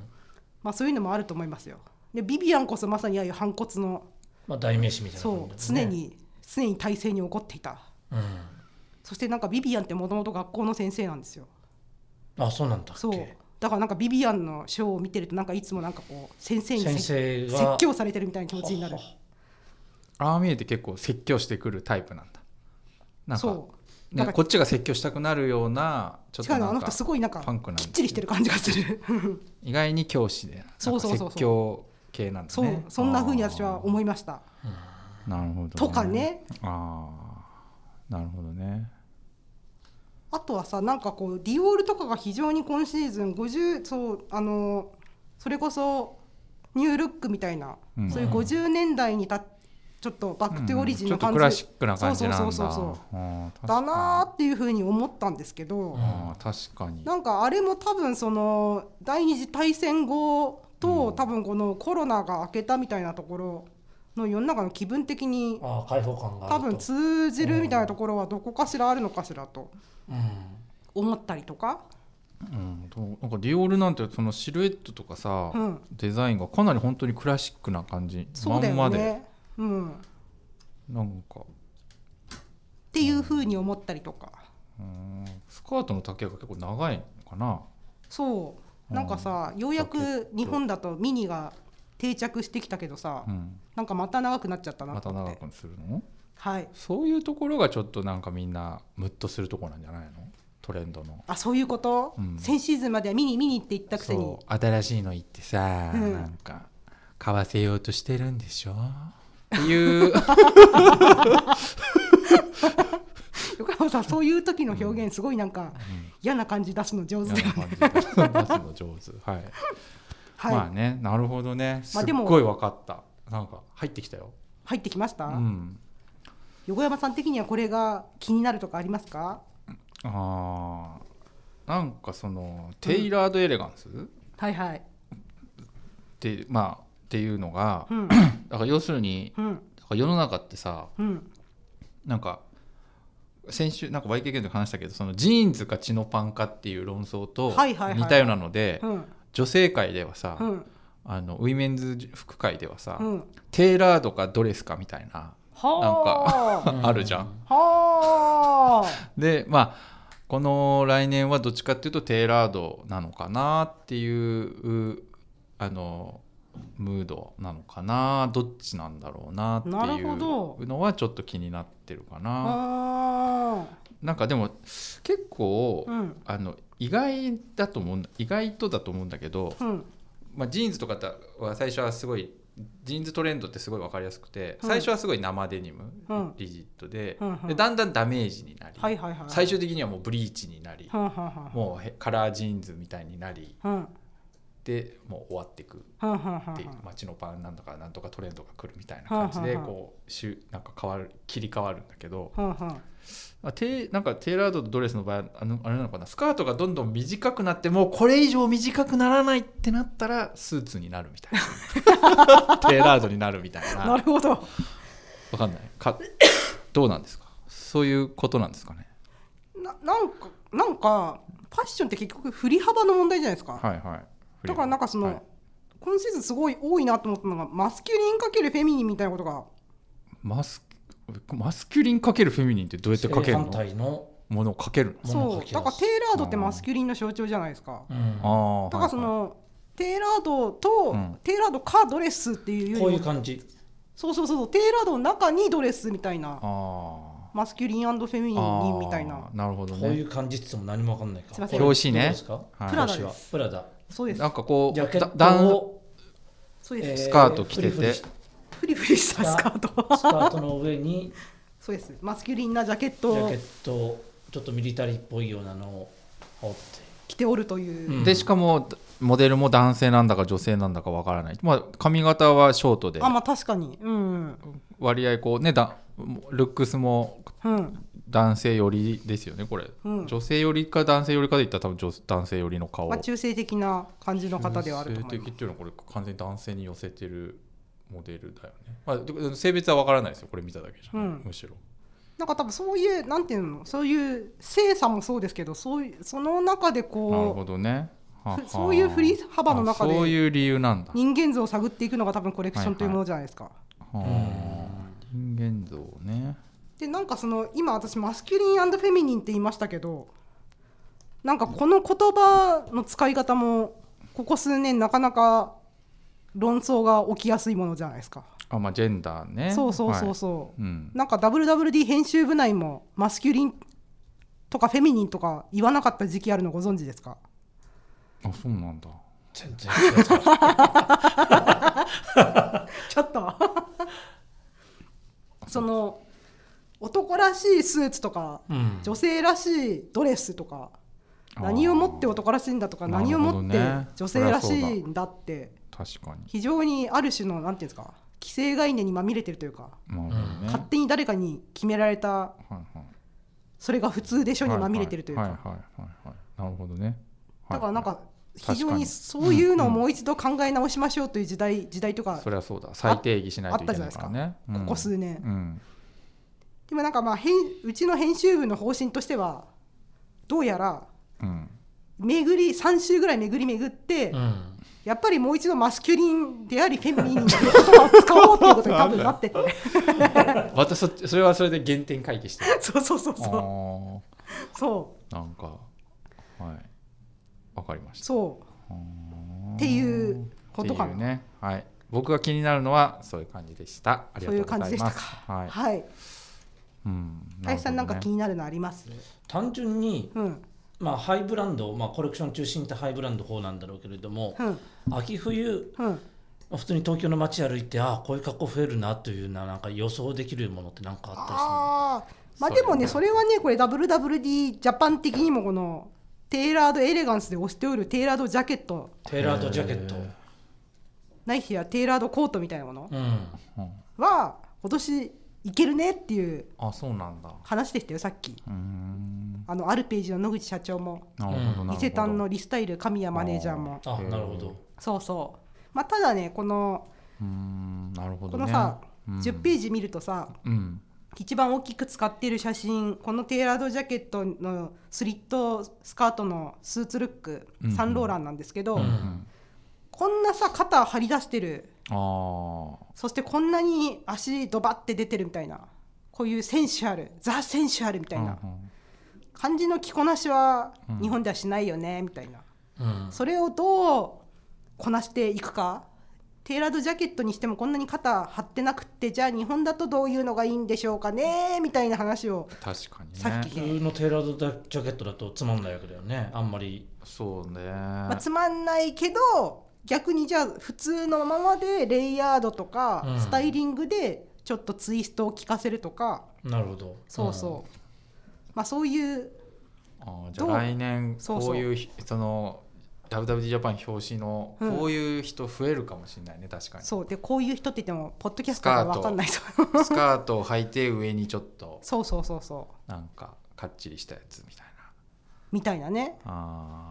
Speaker 1: まあ、そういうのもあると思いますよでビビアンこそまさにああいう反骨の
Speaker 4: まあ代名詞みたいな
Speaker 1: そ
Speaker 4: もん
Speaker 1: う
Speaker 4: だ
Speaker 1: 常
Speaker 4: よね
Speaker 1: に常に体制に起こっていた
Speaker 4: うん
Speaker 1: そしてなんかビビアンってもともと学校の先生なんですよ
Speaker 4: あそうなんだっけ
Speaker 1: そうだからなんかビビアンのショーを見てるとなんかいつもなんかこう先生にせ
Speaker 4: 先生が
Speaker 1: 説教されてるみたいな気持ちになる
Speaker 4: はは
Speaker 3: ああ見えて結構説教してくるタイプなんだなんか
Speaker 1: そう
Speaker 3: ね
Speaker 1: なんか
Speaker 3: こっちが説教したくなるようなちょっ
Speaker 1: 違
Speaker 3: と
Speaker 1: うの
Speaker 3: な
Speaker 1: あ
Speaker 3: ん
Speaker 1: の
Speaker 3: か
Speaker 1: 人すごいなんか
Speaker 3: パンクなんで
Speaker 1: きっちりしてる感じがする
Speaker 3: 意外に教師でなんか
Speaker 1: そうそうそうそう
Speaker 3: 説教系なんだ
Speaker 1: そう、
Speaker 3: ね
Speaker 1: そんな風に私は思いました
Speaker 3: あーなるほど、ね、
Speaker 1: とかね
Speaker 3: ああなるほどね
Speaker 1: あとはさなんかこうディオールとかが非常に今シーズン50そうあのそれこそニュールックみたいな、
Speaker 3: うん
Speaker 1: そういう50年代にたちょっとバックトゥオリジン
Speaker 3: ちょ
Speaker 1: の
Speaker 3: っと
Speaker 1: 感
Speaker 3: ク
Speaker 1: じ、
Speaker 3: ラシックな感じなんだ
Speaker 1: そうそうそうそう
Speaker 3: あー
Speaker 1: だ
Speaker 3: 確かに
Speaker 1: なーっていう風に思ったんですけど、
Speaker 3: あー確かに
Speaker 1: なんかあれも多分その第二次大戦後と、多分このコロナが明けたみたいなところの世の中の気分的に
Speaker 4: あ開放感があ
Speaker 1: 多
Speaker 4: る
Speaker 1: 分
Speaker 4: と
Speaker 1: 通じるみたいなところはどこかしらあるのかしらと
Speaker 4: うん
Speaker 1: 思ったりとか、
Speaker 3: うん、どうなんかディオールなんてそのシルエットとかさ、
Speaker 1: うん
Speaker 3: デザインがかなり本当にクラシックな感じ、
Speaker 1: そ
Speaker 3: ま
Speaker 1: うだ
Speaker 3: ん
Speaker 1: よ
Speaker 3: まで
Speaker 1: ね。うん、っ
Speaker 3: なんか
Speaker 1: ていうふうに思ったりとか
Speaker 3: うんスカートの丈が結構長いのかな
Speaker 1: そうなんかさようや
Speaker 3: ジャ
Speaker 1: く日本だとミニが定着してきたけどさ、
Speaker 3: うん、
Speaker 1: なんかまた長くなっちゃったな
Speaker 3: ま
Speaker 1: と
Speaker 3: た
Speaker 1: 思って
Speaker 3: 長くするの
Speaker 1: はい
Speaker 3: そういうところがちょっとなんかみんなムッとするところなんじゃないのトレンドの
Speaker 1: あそういうこと、
Speaker 3: うん
Speaker 1: 先シーズンまではミニミニって言ったくせに
Speaker 3: そう新しいの言ってさ、
Speaker 1: うん
Speaker 3: なんか買わせようとしてるん でしょっていう
Speaker 1: 横山 さんそういう時の表現すごいなんか嫌な感じ出すの 上手
Speaker 3: 嫌
Speaker 1: だ
Speaker 3: な
Speaker 1: よね
Speaker 3: 感じ出す の上手はい
Speaker 1: はい、
Speaker 3: まあねなるほどねす
Speaker 1: まあ
Speaker 3: っ
Speaker 1: でも
Speaker 3: ごい分かった、なんか入ってきたよ、
Speaker 1: 入ってきました、
Speaker 3: うん、
Speaker 1: 横山さん的にはこれが気になるとかありますか
Speaker 3: あーなんかそのテイラード・エレガンス、っ
Speaker 1: はいはい
Speaker 3: てまあっていうのが、
Speaker 1: うん
Speaker 3: だから要するに
Speaker 1: うん
Speaker 3: だから世の中ってさ
Speaker 1: うん
Speaker 3: なんか先週なんか YKK で話したけどそのジーンズか血のパンかっていう論争と
Speaker 1: はいはいはい
Speaker 3: 似たようなので、
Speaker 1: うん
Speaker 3: 女性界ではさ、
Speaker 1: うん
Speaker 3: あのウィメンズ服界ではさ、
Speaker 1: うん
Speaker 3: テイラードかドレスかみたいな、
Speaker 1: はあ
Speaker 4: うん
Speaker 3: あるじゃん。
Speaker 1: は
Speaker 3: でまあこの来年はどっちかっていうとテイラードなのかなっていううあのムードなのかなどっちなんだろうなってい
Speaker 1: なるほど
Speaker 3: うのはちょっと気になってるか
Speaker 1: あ
Speaker 3: な。
Speaker 1: はあ
Speaker 3: なんかでも結構、
Speaker 1: うん
Speaker 3: あの意外だと思うんだ意外とだと思うんだけど、
Speaker 1: うん
Speaker 3: まあ、ジーンズとかは最初はすごいジーンズトレンドってすごい分かりやすくて、
Speaker 1: うん
Speaker 3: 最初はすごい生デニム、
Speaker 1: うん
Speaker 3: リジットで,、
Speaker 1: うんうん
Speaker 3: でだんだんダメージになり、
Speaker 1: はいはいはい
Speaker 3: 最終的にはもうブリーチになり、
Speaker 1: はあはあはあ
Speaker 3: もうへカラージーンズみたいになり
Speaker 1: うん
Speaker 3: ってもう終わっていく
Speaker 1: はんはんはん
Speaker 3: っていう街のパンなんとかなんとかトレンドが来るみたいな感じ
Speaker 1: は
Speaker 3: で
Speaker 1: あはあ
Speaker 3: こうしゅなんか変わる切り替わるんだけど
Speaker 1: はんはん
Speaker 3: あテなんかテーラードドレスの場合あのあれなのかなスカートがどんどん短くなってもうこれ以上短くならないってなったらスーツになるみたい なテーラードになるみたいな
Speaker 1: なるほど
Speaker 3: わかんないかどうなんですかそういうことなんですかね
Speaker 1: ななんかなんかファッションって結局振り幅の問題じゃないですか、
Speaker 3: はいはい
Speaker 1: だからなんかその、
Speaker 3: はい
Speaker 1: 今シーズンすごい多いなと思ったのがマスキュリンかけるフェミニンみたいなことが
Speaker 3: マスマスキュリンかけるフェミニンってどうやってかける
Speaker 4: 反
Speaker 3: の
Speaker 4: 対の
Speaker 3: ものをかけるの
Speaker 4: 物を
Speaker 1: そ
Speaker 4: 書
Speaker 1: う
Speaker 4: き出す
Speaker 1: だからテーラードってマスキュリンの象徴じゃないですか、
Speaker 4: うん
Speaker 3: あー
Speaker 1: だからそ
Speaker 3: はいはい
Speaker 1: の、テーラードと、
Speaker 3: うん
Speaker 1: テーラードかドレスっていうよりも
Speaker 4: こういう感じ
Speaker 1: そうそうそうそうテーラードの中にドレスみたいな
Speaker 3: あー
Speaker 1: マスキュリンフェミニンみたいな
Speaker 3: あーなるほど
Speaker 4: こ
Speaker 3: ね
Speaker 4: ういう感じって言っても何もわかんないか
Speaker 1: すいません
Speaker 3: 表紙ね
Speaker 4: どうですか
Speaker 3: はい
Speaker 1: プラダ
Speaker 4: 表紙は
Speaker 1: です
Speaker 4: プラダ
Speaker 1: そうです
Speaker 3: なんかこ
Speaker 4: ジャケ
Speaker 3: う
Speaker 4: ッ
Speaker 3: だ
Speaker 4: ト
Speaker 3: だん
Speaker 4: を
Speaker 1: そうです、
Speaker 3: スカート着
Speaker 4: フリ
Speaker 3: てて
Speaker 4: フリし
Speaker 1: フリフリしたスカート
Speaker 4: スカートの上に
Speaker 1: そうですマスキュリンなジャケッ
Speaker 4: ジ
Speaker 1: ト
Speaker 4: ャケ
Speaker 1: を
Speaker 4: ットをちょっとミリタリーっぽいようなのを羽織って
Speaker 1: 着ておるという、
Speaker 4: うん
Speaker 3: でしかもモデルも男性なんだか女性なんだかわからない、まあ、髪型はショートで
Speaker 1: あまあ確かにうん
Speaker 3: 割合こうねだルックスも
Speaker 1: うん
Speaker 3: 男性寄りですよねこれ、
Speaker 1: うん
Speaker 3: 女性寄りか男性寄りかで言ったら多分女男性寄りの顔
Speaker 1: まあ中性的な感じの方ではあると思い
Speaker 3: 性
Speaker 1: ます
Speaker 3: 的っていうのはこれ完全に男性に寄せてるモデルだよね、まあでも、性別はわからないですよこれ見ただけじゃ、ね
Speaker 1: うん
Speaker 3: むしろ
Speaker 1: なんか多分そういうなんていうのそういう性差もそうですけどそういうその中で
Speaker 3: なる
Speaker 1: こ
Speaker 3: ほどねはは
Speaker 1: ふそういう振り幅の中で
Speaker 3: あそういう理由なんだ
Speaker 1: う人間像を探っていくのが多分コレクションというものじゃないですか、
Speaker 3: はあ人間像ね
Speaker 1: でなんかその今私マスキュリンフェミニンって言いましたけどなんかこの言葉の使い方もここ数年なかなか論争が起きやすいものじゃないですか、
Speaker 3: あまあジェンダーね
Speaker 1: そうそうそうそう、
Speaker 3: はいうん
Speaker 1: なんか WWD 編集部内もマスキュリンとかフェミニンとか言わなかった時期あるのご存知ですか
Speaker 3: あそうなんだ
Speaker 4: 全然違うから
Speaker 1: ちょっと その男らしいスーツとか、
Speaker 4: うん
Speaker 1: 女性らしいドレスとか
Speaker 3: あー
Speaker 1: 何をもって男らしいんだとか
Speaker 3: なるほ
Speaker 1: 何
Speaker 3: ど
Speaker 1: を
Speaker 3: ね
Speaker 1: もって女性らしいんだって
Speaker 3: 確かに
Speaker 1: 非常にある種のなんていうんですか既成概念にまみれてるというか
Speaker 3: なるほどね、
Speaker 1: 勝手に誰かに決められた
Speaker 3: はいはい
Speaker 1: それが普通でしょにまみれてるという
Speaker 3: はい
Speaker 1: か
Speaker 3: はいはいはいはいなるほどね
Speaker 1: だからなん
Speaker 3: は
Speaker 1: か
Speaker 3: 確
Speaker 1: 非
Speaker 3: かに
Speaker 1: 常にそういうのをもう一度考え直しましょうという時代時代と
Speaker 3: いはい
Speaker 1: か
Speaker 3: それはそうだ再定義しないといけないから
Speaker 1: あ
Speaker 3: ね
Speaker 1: ここ数年
Speaker 3: うん
Speaker 1: でもなんかまあ編うちの編集部の方針としてはどうやら
Speaker 3: うん
Speaker 1: 巡り3週ぐらい巡り巡って、
Speaker 4: うん
Speaker 1: やっぱりもう一度マスキュリンでありフェミニンという言葉を使おうということに多分なってて
Speaker 3: 私そそれはそれで原点回帰してる
Speaker 1: そうそうそう
Speaker 3: あ
Speaker 1: そう
Speaker 3: ー
Speaker 1: そ
Speaker 3: なんかはいわかりまし
Speaker 1: う
Speaker 3: た
Speaker 1: そう
Speaker 3: あー
Speaker 1: っていうことかな
Speaker 3: っていうねはい僕が気になるのはそういう感じでしたありが
Speaker 1: そう
Speaker 3: と
Speaker 1: いうう
Speaker 3: ご
Speaker 1: 感
Speaker 3: ざ
Speaker 1: じ
Speaker 3: い
Speaker 1: でした
Speaker 3: ます
Speaker 1: か
Speaker 3: はい、
Speaker 1: はい
Speaker 3: うんるほどね
Speaker 1: 林さんなんか気になるのあります
Speaker 4: 単純に、
Speaker 1: うん
Speaker 4: まあ、ハイブランド、まあ、コレクション中心ってハイブランド方なんだろうけれども、
Speaker 1: うん
Speaker 4: 秋冬
Speaker 1: うん
Speaker 4: まあ普通に東京の街歩いてああこういう格好増えるなというななんか予想できるものって何かあったりするの
Speaker 1: ああまあでもねそれはねこれ WWD ジャパン的にもこのテーラードエレガンスで推しておるテーラードジャケット
Speaker 4: テーラードジャケット、
Speaker 1: ないしはテーラードコートみたいなもの
Speaker 4: うん、
Speaker 1: は今年いけるねっていう
Speaker 3: あそうなんだ
Speaker 1: 話でしたよさっき
Speaker 3: うーん
Speaker 1: あのアルページの野口社長も
Speaker 3: なるほどなるほど
Speaker 1: 伊勢丹のリスタイル神谷マネージャーも
Speaker 4: あなるほど
Speaker 1: そうそうまあただねこの
Speaker 3: うーんなる
Speaker 1: こ
Speaker 3: ほどね
Speaker 1: のさ
Speaker 3: うん
Speaker 1: 10ページ見るとさ
Speaker 3: うん
Speaker 1: 一番大きく使ってる写真このテーラードジャケットのスリットスカートのスーツルック、
Speaker 3: うんうん
Speaker 1: サンローランなんですけど、
Speaker 4: う
Speaker 3: うんん
Speaker 1: こんなさ肩張り出してる
Speaker 3: あー
Speaker 1: そしてこんなに足ドバって出てるみたいなこういうセンシュアルザ・センシュアルみたいな
Speaker 3: うんうん
Speaker 1: 感じの着こなしは
Speaker 3: うん
Speaker 1: 日本ではしないよねみたいな、
Speaker 4: うん
Speaker 1: それをどうこなしていくかテーラードジャケットにしてもこんなに肩張ってなくってじゃあ日本だとどういうのがいいんでしょうかねみたいな話を
Speaker 3: 確かにね
Speaker 1: さっき
Speaker 4: 普通のテーラードジャケットだとつまんないわけだよねあんまり
Speaker 3: そうね、
Speaker 1: まあ、つまんないけど逆にじゃあ普通のままでレイヤードとか
Speaker 4: うん
Speaker 1: スタイリングでちょっとツイストを効かせるとか、
Speaker 4: なるほど
Speaker 1: そうそう、まあそういう
Speaker 3: あーじゃあ
Speaker 1: どう
Speaker 3: 来年
Speaker 1: そうそう
Speaker 3: こういうひその WWD ジャパン表紙のこういう人増えるかもしれないね、確かに
Speaker 1: そうでこういう人って言ってもポッドキャストが分かんないそう
Speaker 3: スカートを履いて上にちょっと
Speaker 1: そうそうそうそう
Speaker 3: なんかかっちりしたやつみたいな
Speaker 1: みたいなね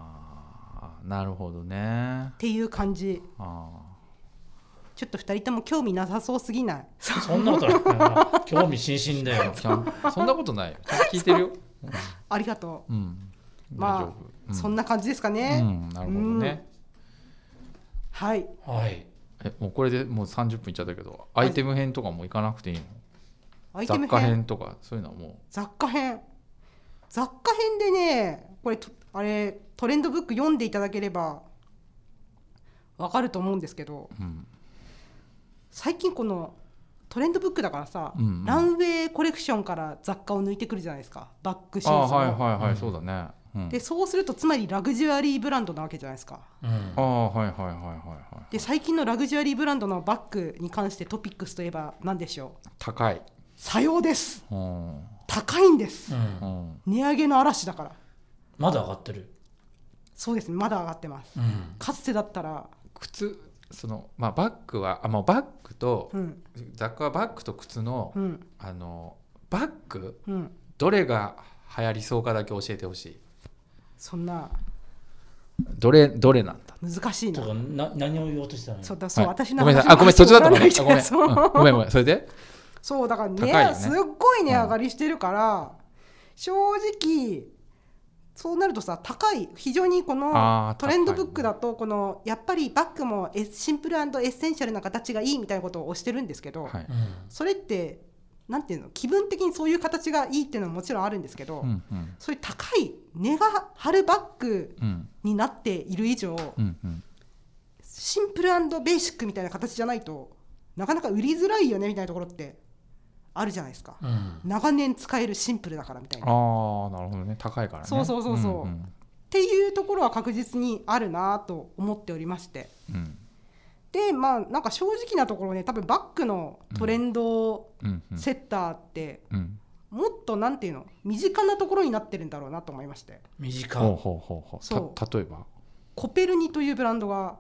Speaker 3: あーなるほどね
Speaker 1: っていう感じ
Speaker 3: あ
Speaker 1: ちょっと2人とも興味なさそうすぎない
Speaker 4: そんなことない な興味津々だよ
Speaker 3: ーちゃんそんなことな いよちゃんと聞いてるよ、
Speaker 1: ありがとう、
Speaker 3: うん、
Speaker 1: まあ
Speaker 3: 大丈夫、
Speaker 1: そんな感じですか
Speaker 3: ね、う
Speaker 1: ね、
Speaker 3: ん、なるほどね、
Speaker 1: はい
Speaker 4: はい
Speaker 3: えもうこれでもう30分いっちゃったけどアイテム編とかもう行かなくていいの、
Speaker 1: アイテム
Speaker 3: 雑貨
Speaker 1: 編
Speaker 3: 編とかそういうのはも
Speaker 1: 雑貨編雑貨編でねこれとあれトレンドブック読んでいただければわかると思うんですけど
Speaker 3: う、うん、
Speaker 1: 最近このトレンドブックだからさ、
Speaker 3: うんうん
Speaker 1: ランウェイコレクションから雑貨を抜いてくるじゃないですかバックシ
Speaker 3: あ
Speaker 1: ーズンを
Speaker 3: はいはいはい、
Speaker 4: うん
Speaker 3: そうだね、うん、
Speaker 1: でそうするとつまりラグジュアリーブランドなわけじゃないですか
Speaker 4: うん
Speaker 3: ああはいはいはいはいはい
Speaker 1: で最近のラグジュアリーブランドのバッグに関してトピックスといえば何でしょう
Speaker 3: 高い
Speaker 1: さようです
Speaker 3: うん、うん、
Speaker 1: 高いんです、
Speaker 3: うん
Speaker 1: 値上げの嵐だから
Speaker 4: まだ上がってる、
Speaker 1: そうですねまだ上がってます
Speaker 4: うん
Speaker 1: かつてだったら
Speaker 3: 靴そのまあバッグはあもうバッグと、
Speaker 1: うん
Speaker 3: 雑貨はバッグと靴の、
Speaker 1: うん
Speaker 3: あのバッグ
Speaker 1: うん
Speaker 3: どれが流行りそうかだけ教えてほしい
Speaker 1: そんな
Speaker 3: どれどれなんだ
Speaker 1: 難しい
Speaker 4: だ
Speaker 1: な
Speaker 4: からな何を言おうとしたの
Speaker 1: そう
Speaker 4: よ
Speaker 1: だそう、
Speaker 3: はい
Speaker 1: 私の
Speaker 3: ごめんな
Speaker 1: 話
Speaker 3: さいあごめんそっちだったのね
Speaker 1: 話
Speaker 3: あ
Speaker 1: が
Speaker 3: ごめん、
Speaker 1: そう
Speaker 3: うんごめんごめんそれで
Speaker 1: そうだからね
Speaker 3: 高いよね
Speaker 1: すっごい値
Speaker 3: うん
Speaker 1: 上がりしてるから、正直そうなるとさ高い非常にこ
Speaker 3: あー
Speaker 1: のト
Speaker 3: 高い
Speaker 1: レンドブックだとこのやっぱりバッグもエシンプルエッセンシャルな形がいいみたいなことを推してるんですけど、
Speaker 3: はい、
Speaker 4: うん
Speaker 1: それってなんていうの気分的にそういう形がいいっていうのももちろんあるんですけど、
Speaker 3: うんうん
Speaker 1: そういう高い値が張るバッグ
Speaker 3: うん
Speaker 1: になっている以上、
Speaker 3: うんうん
Speaker 1: シンプルベーシックみたいな形じゃないとなかなか売りづらいよねみたいなところってあるじゃないですか、
Speaker 4: うん
Speaker 1: 長年使えるシンプルだからみたいなっ
Speaker 3: ああなるほどね高いからね
Speaker 1: そうそうそうそう
Speaker 3: うん
Speaker 1: ていうところは確実にあるなと思っておりまして
Speaker 3: うん
Speaker 1: でまあなんか正直なところね多分バッグのトレンド
Speaker 3: うんうん
Speaker 1: セッターって
Speaker 3: うん
Speaker 1: もっとなんていうの身近なところになってるんだろうなと思いまして
Speaker 4: 短
Speaker 3: ほう
Speaker 4: い
Speaker 3: ほうほうほ
Speaker 1: そう
Speaker 3: うた例えば
Speaker 1: コペルニというブランドが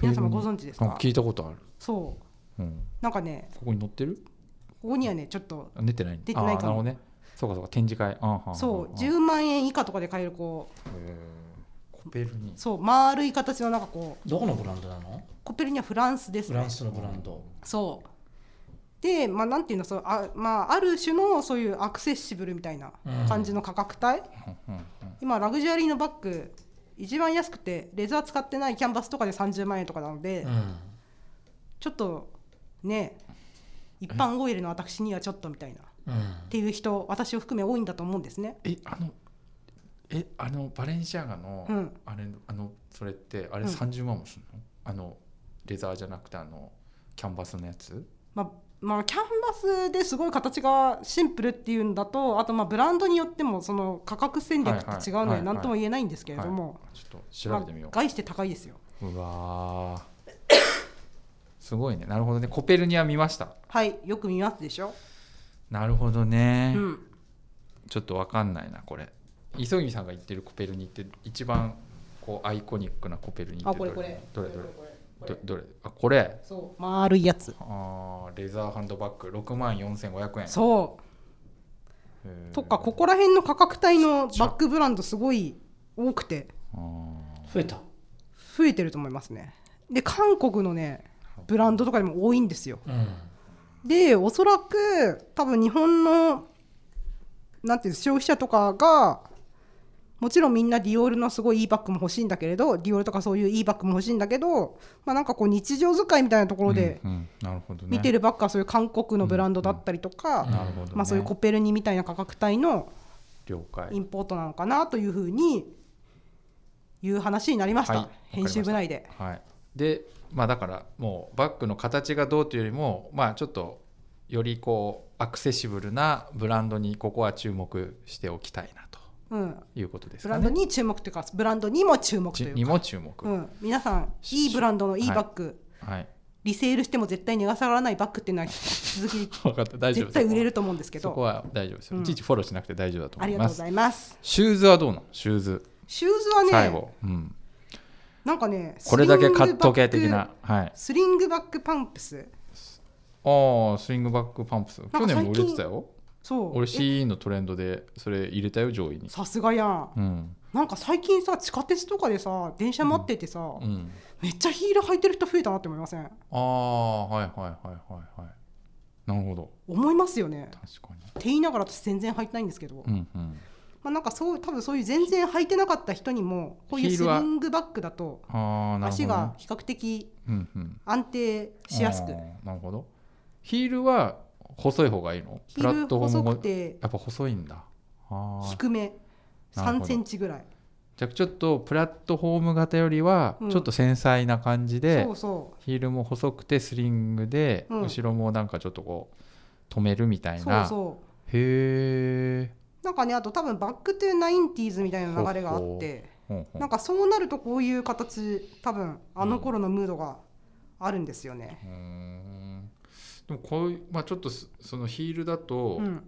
Speaker 1: 皆様ご存知です
Speaker 3: なん
Speaker 1: か
Speaker 3: 聞いたことある、
Speaker 1: そう
Speaker 3: うん、
Speaker 1: なんかね
Speaker 3: ここに載ってる
Speaker 1: ここにはねちょっと
Speaker 3: あ出てない
Speaker 1: 出てないかも
Speaker 3: あーなるほどねそうかそうか展示会あーはーはーはー
Speaker 1: そう10万円以下とかで買えるこう
Speaker 3: へーコペルニ
Speaker 1: そう丸い形のなんかこう
Speaker 4: どこのブランドなの
Speaker 1: コペルニはフランスです
Speaker 4: フ
Speaker 1: ね。
Speaker 4: ランスのブランド
Speaker 1: そうで、まあ、なんていうのそうあ,、まあ、ある種のそういうアクセッシブルみたいな感じの価格帯、
Speaker 3: うんうん
Speaker 1: 今ラグジュアリーのバッグ一番安くてレザー使ってないキャンバスとかで30万円とかなので、
Speaker 4: うん
Speaker 1: ちょっとね一般 OL の私にはちょっとみたいなっ
Speaker 4: うん
Speaker 1: ていう人私を含め多いんだと思うんですね。
Speaker 3: えあのえあのバレンシアガの、
Speaker 1: うん
Speaker 3: あれあのそれってあれ
Speaker 1: うん
Speaker 3: 30万もするの、あのレザーじゃなくてあのキャンバスのやつ
Speaker 1: まあまあ、キャンバスですごい形がシンプルっていうんだとあとまあブランドによってもその価格戦略って違うの
Speaker 3: はいは
Speaker 1: で
Speaker 3: い
Speaker 1: 何とも言えないんですけれども、
Speaker 3: はい、ちょっと調べてみよ
Speaker 1: ま
Speaker 3: う、
Speaker 1: あ概して高いですよ
Speaker 3: うわー すごいねなるほどねコペルニア見ました
Speaker 1: はいよく見ますでしょ
Speaker 3: なるほどね、
Speaker 1: うん
Speaker 3: ちょっとわかんないなこれ磯君さんが言ってるコペルニって一番こうアイコニックなコペルニって
Speaker 1: あこれこれ
Speaker 3: どれどれ
Speaker 1: これこれ
Speaker 3: どどれあこれ
Speaker 1: そう丸いやつ
Speaker 3: あーレザーハンドバッグ6万4500円
Speaker 1: そ
Speaker 3: へ
Speaker 1: う
Speaker 3: ー
Speaker 1: とかここら辺の価格帯のバックブランドすごい多くて
Speaker 3: あ
Speaker 4: 増えた
Speaker 1: 増えてると思いますねで韓国のねブランドとかでも多いんですよ
Speaker 4: うん
Speaker 1: でおそらく多分日本のなんていうの消費者とかがもちろんみんなディオールのすごいいいバッグも欲しいんだけれどディオールとかそういういいバッグも欲しいんだけど、まあ、なんかこう日常使いみたいなとこ
Speaker 3: ー
Speaker 1: ろで
Speaker 3: うんうんなるほどね
Speaker 1: 見てるバッグはそういう韓国のブランドだったりとか、
Speaker 4: うん
Speaker 3: なるほど、ね、
Speaker 1: まあ、そういうコペルニみたいな価格帯の
Speaker 3: 了解
Speaker 1: インポートなのかなというふうにいう話になりました、
Speaker 3: はいわかり
Speaker 1: 編
Speaker 3: ました
Speaker 1: 集部内で。
Speaker 3: はい、でまあだからもうバッグの形がどうというよりもまあちょっとよりこうアクセシブルなブランドにここは注目しておきたいなと
Speaker 1: うん
Speaker 3: いうことです
Speaker 1: ブ
Speaker 3: か
Speaker 1: ランド
Speaker 3: ね。
Speaker 1: に注目というかブランドにも注目と
Speaker 3: じ
Speaker 1: い
Speaker 3: に
Speaker 1: うか、
Speaker 3: も注目、
Speaker 1: うん、皆さんいいブランドのいいバッグ、
Speaker 3: はい
Speaker 1: リセールしても絶対値が下がらないバッグっていうのは引き続き
Speaker 3: 分かった大丈
Speaker 1: 絶
Speaker 3: 夫です
Speaker 1: 対売れると思うんですけ
Speaker 3: そこ
Speaker 1: ど
Speaker 3: は大丈夫ですよ、
Speaker 1: うん
Speaker 3: いちいちフォローしなくて大丈夫だと
Speaker 1: あ
Speaker 3: 思
Speaker 1: り
Speaker 3: い
Speaker 1: がとう
Speaker 3: ま
Speaker 1: ご
Speaker 3: す
Speaker 1: ざいます
Speaker 3: シューズはどうなのシューズ、
Speaker 1: シューズはね
Speaker 3: 最後、うん、
Speaker 1: なんかね
Speaker 3: これだけ買っとけ的なはい
Speaker 1: スリングバックパンプス
Speaker 3: ああスイングバックパンプス
Speaker 1: か
Speaker 3: 去年も売れてたよ
Speaker 1: そう
Speaker 3: 俺
Speaker 1: え
Speaker 3: CE のトレンドでそれ入れたよ上位に
Speaker 1: さすがやん
Speaker 3: うん
Speaker 1: なんか最近さ地下鉄とかでさ電車待っててさ、
Speaker 3: うん
Speaker 1: めっちゃヒール履いてる人増えたなって思いません
Speaker 3: ああはいはいはいはいはいなるほど
Speaker 1: 思いますよねっ
Speaker 3: 確かに
Speaker 1: て言いながら私全然履いてないんですけど、
Speaker 3: うんうん
Speaker 1: まあ、なんかそう多分そういう全然履いてなかった人にもこういう
Speaker 3: ヒー
Speaker 1: ス
Speaker 3: ル
Speaker 1: リ
Speaker 3: は
Speaker 1: ングバッグだと
Speaker 3: ああなるほ
Speaker 1: 足
Speaker 3: ど、ね、
Speaker 1: が比較的
Speaker 3: うんうん
Speaker 1: 安定しやすく
Speaker 3: あーなるほどヒールは細い方がいいの
Speaker 1: ヒール細くて
Speaker 3: やっぱ細いんだあー
Speaker 1: 低め
Speaker 3: な
Speaker 1: 3
Speaker 3: るほど
Speaker 1: センチぐらい
Speaker 3: じゃあちょっとプラットフォーム型よりは
Speaker 1: うん
Speaker 3: ちょっと繊細な感じで、
Speaker 1: そうそ
Speaker 3: ヒールも細くてスリングで、
Speaker 1: うん
Speaker 3: 後ろもなんかちょっとこう止めるみた
Speaker 1: う
Speaker 3: い
Speaker 1: そう
Speaker 3: な
Speaker 1: そう
Speaker 3: へえ
Speaker 1: なんかねあと多分バックトゥナインティーズみたいな流れがあ
Speaker 3: ほう
Speaker 1: っ
Speaker 3: ほ
Speaker 1: て
Speaker 3: ほう
Speaker 1: なんかそうなるとこういう形多分あの頃のムードがあるんですよね。
Speaker 3: うーんでもこういう、まあ、ちょっとすそのヒールだと、
Speaker 1: うん、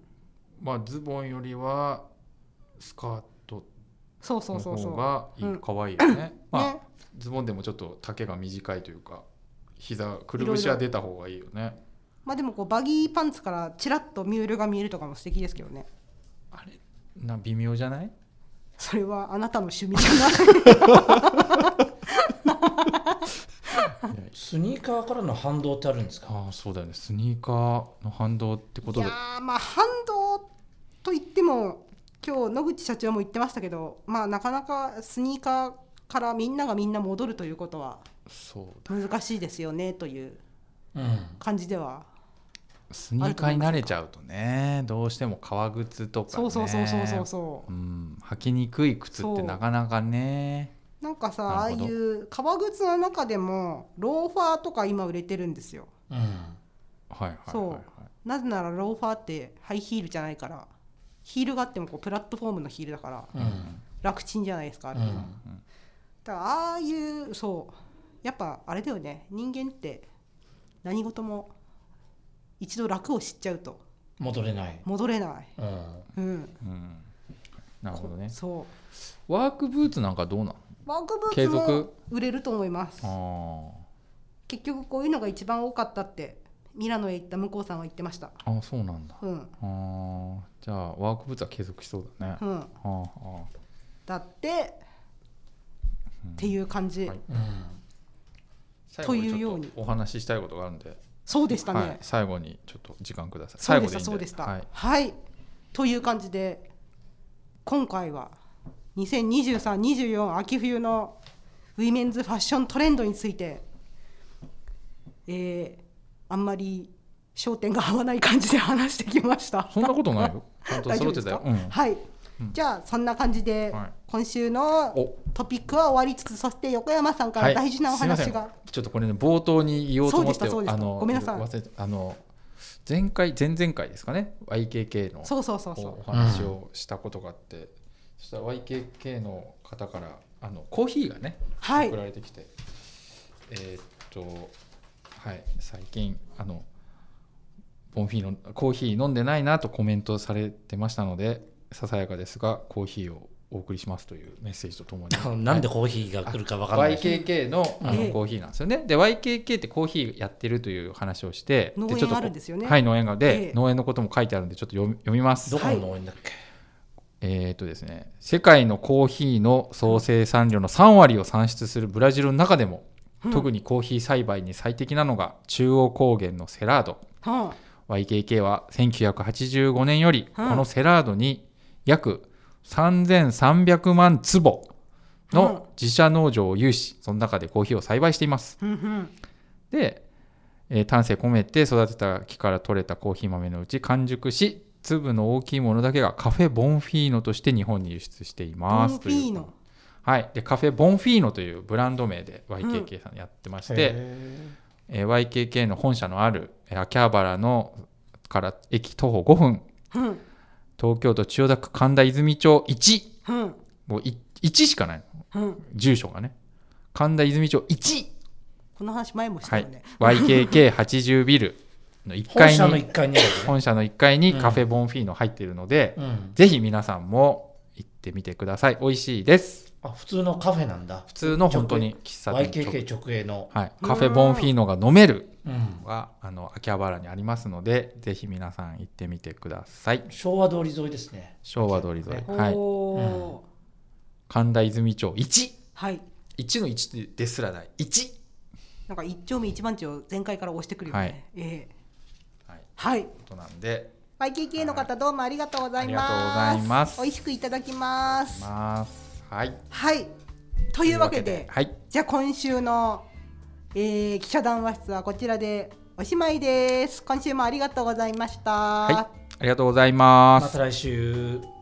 Speaker 3: まあ、ズボンよりはスカート
Speaker 1: そうそう
Speaker 3: の
Speaker 1: そうそ
Speaker 3: 方
Speaker 1: う。
Speaker 3: がいい
Speaker 1: うん
Speaker 3: 可愛いよね。 まあ
Speaker 1: ね、
Speaker 3: ズボンでもちょっと丈が短いというか膝く
Speaker 1: ろい
Speaker 3: る
Speaker 1: ろ
Speaker 3: ぶしは出た方がいいよね
Speaker 1: まあでもこうバギーパンツからちらっとミュールが見えるとかも素敵ですけどね。
Speaker 3: あれな微妙じゃない
Speaker 1: それはあなたの趣味じゃない。
Speaker 4: スニーカーからの反動ってあるんですか
Speaker 3: ああそうだよねスニーカーの反動ってこ
Speaker 1: い
Speaker 3: と
Speaker 1: や
Speaker 3: で
Speaker 1: ーまあ反動と言っても今日野口社長も言ってましたけど、まあなかなかスニーカーからみんながみんな戻るということは
Speaker 3: そうだ
Speaker 1: 難しいですよねという
Speaker 4: うん
Speaker 1: 感じでは
Speaker 3: スニーカーに慣れちゃうとねどうしても革靴とか、ね、、
Speaker 1: そうそうそうそうそうそう
Speaker 3: ん、履きにくい靴ってなかなかね
Speaker 1: うなんかさああ
Speaker 3: ないるほど
Speaker 1: う革靴の中でもローファーとか今売れてるんですよ
Speaker 4: うん
Speaker 3: はいはいはい、
Speaker 1: そ
Speaker 3: はいう
Speaker 1: なぜならローファーってハイヒールじゃないからヒールがあってもこうプラットフォームのヒールだから
Speaker 4: うん
Speaker 1: 楽ちんじゃないですかあ
Speaker 4: う
Speaker 1: れは、
Speaker 4: ん
Speaker 1: だからああいうそうやっぱあれだよね人間って何事も一度楽を知っちゃうと
Speaker 4: 戻れない、
Speaker 1: 戻れない
Speaker 4: うん、
Speaker 1: うん
Speaker 3: うん、なるほどね
Speaker 1: そ
Speaker 3: ワークブーツなんかどうな
Speaker 1: うワークブー
Speaker 3: 継
Speaker 1: ツも
Speaker 3: 続
Speaker 1: 売れると思います
Speaker 3: の
Speaker 1: 結局こういうのが一番多かったってミラノへ行った向こうさんは言ってました
Speaker 3: あーあーそうなんだ
Speaker 1: うん
Speaker 3: あーじゃあワークブーツは継続しそうだね、
Speaker 1: うん
Speaker 3: あーあー
Speaker 1: だって、っていう感じ、
Speaker 3: はい
Speaker 4: うん、
Speaker 3: 最後に
Speaker 1: という
Speaker 3: ち
Speaker 1: よ
Speaker 3: ょ
Speaker 1: う
Speaker 3: っ
Speaker 1: に
Speaker 3: とお話ししたいことがあるんで、
Speaker 1: そうでしたね、
Speaker 3: はい、最後にちょっと時間ください。
Speaker 1: そう
Speaker 3: 最
Speaker 1: で
Speaker 3: 後
Speaker 1: した
Speaker 3: いいん
Speaker 1: そうでした
Speaker 3: は
Speaker 1: はいい、、という感じで今回は2023-24秋冬のウィメンズファッショントレンドについて、えーあんまり焦点が合わない感じで話してきました
Speaker 3: そんなことないよ。ちゃんと
Speaker 1: 大丈
Speaker 3: 揃
Speaker 1: 夫
Speaker 3: っ
Speaker 1: で
Speaker 3: て
Speaker 1: す
Speaker 3: た
Speaker 1: か
Speaker 3: よ。うん、
Speaker 1: はい、じゃあそんな感じで、
Speaker 3: はい
Speaker 1: 今週の
Speaker 3: お
Speaker 1: トピックは終わりつつそして横山さんか
Speaker 3: は
Speaker 1: ら
Speaker 3: い
Speaker 1: 大事なお
Speaker 3: す
Speaker 1: 話
Speaker 3: いま
Speaker 1: が、
Speaker 3: せんちょっとこれね冒頭に言おうと思って
Speaker 1: そうでしたそうでした
Speaker 3: あの
Speaker 1: ごめんなさい
Speaker 3: 忘れてあの前回前々回ですかね YKK の
Speaker 1: そうそうそう
Speaker 3: お
Speaker 1: そ
Speaker 3: お話をしたことがあって、そしたら YKK の方からあのコーヒーがね、
Speaker 1: はい
Speaker 3: 送られてきてえーっとはい最近あのボンフィーのコーヒー飲んでないなとコメントされてましたのでささやかですがコーヒーをお送りしますというメッセージとともに
Speaker 4: なんで
Speaker 3: はい
Speaker 4: コーヒーが来るかわかんない、
Speaker 3: YKK のあ
Speaker 1: ええ
Speaker 3: のコーヒーなんですよね。で YKK ってコーヒーやってるという話をして
Speaker 1: 農園
Speaker 3: ちょっとこ
Speaker 1: あるんですよね
Speaker 3: はい農園が
Speaker 1: ええ
Speaker 3: で農園のことも書いてあるんでちょっと読み読みます。
Speaker 4: どこの応援だっけ、
Speaker 3: えーとですね、世界のコーヒーの総生産量の3割を産出するブラジルの中でも、
Speaker 1: うん
Speaker 3: 特にコーヒー栽培に最適なのが中央高原のセラード
Speaker 1: う、うん
Speaker 3: YKK は1985年よりこ
Speaker 1: うん
Speaker 3: のセラードに約3300万坪の自社農場を有しその中でコーヒーを栽培しています
Speaker 1: うんうん
Speaker 3: で、えー丹精込めて育てた木から取れたコーヒー豆のうち完熟し粒の大きいものだけがカフェボンフィーノとして日本に輸出してい
Speaker 1: ボン
Speaker 3: ま
Speaker 1: フ
Speaker 3: すと
Speaker 1: ィ
Speaker 3: い
Speaker 1: ー
Speaker 3: う
Speaker 1: ノ
Speaker 3: はい、でカフェボンフィーノというブランド名で YKK さんやってまして、えー YKK の本社のあるえー秋葉原のから駅徒歩5分
Speaker 1: うん
Speaker 3: 東京都千代田区神田泉町1
Speaker 1: うん
Speaker 3: もうい1しかないの
Speaker 1: うん
Speaker 3: 住所がね神田泉町1、
Speaker 1: この話前もした
Speaker 3: は
Speaker 1: よ
Speaker 3: い
Speaker 1: ね。、
Speaker 3: YKK80 ビルの1
Speaker 4: 本
Speaker 3: 階
Speaker 4: 社の
Speaker 3: に
Speaker 4: 1階にあるよね、
Speaker 3: 本社の1階に
Speaker 4: うん
Speaker 3: カフェボンフィーノ入っているので、
Speaker 4: うん
Speaker 3: ぜひ皆さんも行ってみてください美味しいです
Speaker 4: あ普通のカフェなんだ
Speaker 3: 普通の本当に喫茶店直
Speaker 4: YKK 直営の、
Speaker 3: はい、カフェボンフィーノが飲める
Speaker 4: うん、
Speaker 3: があの秋葉原にありますのでぜひ皆さん行ってみてください
Speaker 4: 昭和通り沿いですね
Speaker 3: 昭和通り沿い、
Speaker 1: お
Speaker 3: はい、
Speaker 1: おー、
Speaker 3: 神田泉町11
Speaker 1: はい
Speaker 3: 一の1ですらない1
Speaker 1: なんか一丁目一番地を前回から押してくるよね、
Speaker 3: はい
Speaker 1: ええ
Speaker 3: はい
Speaker 1: はい
Speaker 3: ことなんで
Speaker 1: YKK の方どうもありがとうございます
Speaker 3: ありがとうございます
Speaker 1: 美味しくいただきます
Speaker 3: ますはい
Speaker 1: はいというわけで
Speaker 3: はい
Speaker 1: じゃあ今週の、えー、記者談話室はこちらでおしまいです今週もありがとうございました、
Speaker 3: はいありがとうございま
Speaker 4: ますた来週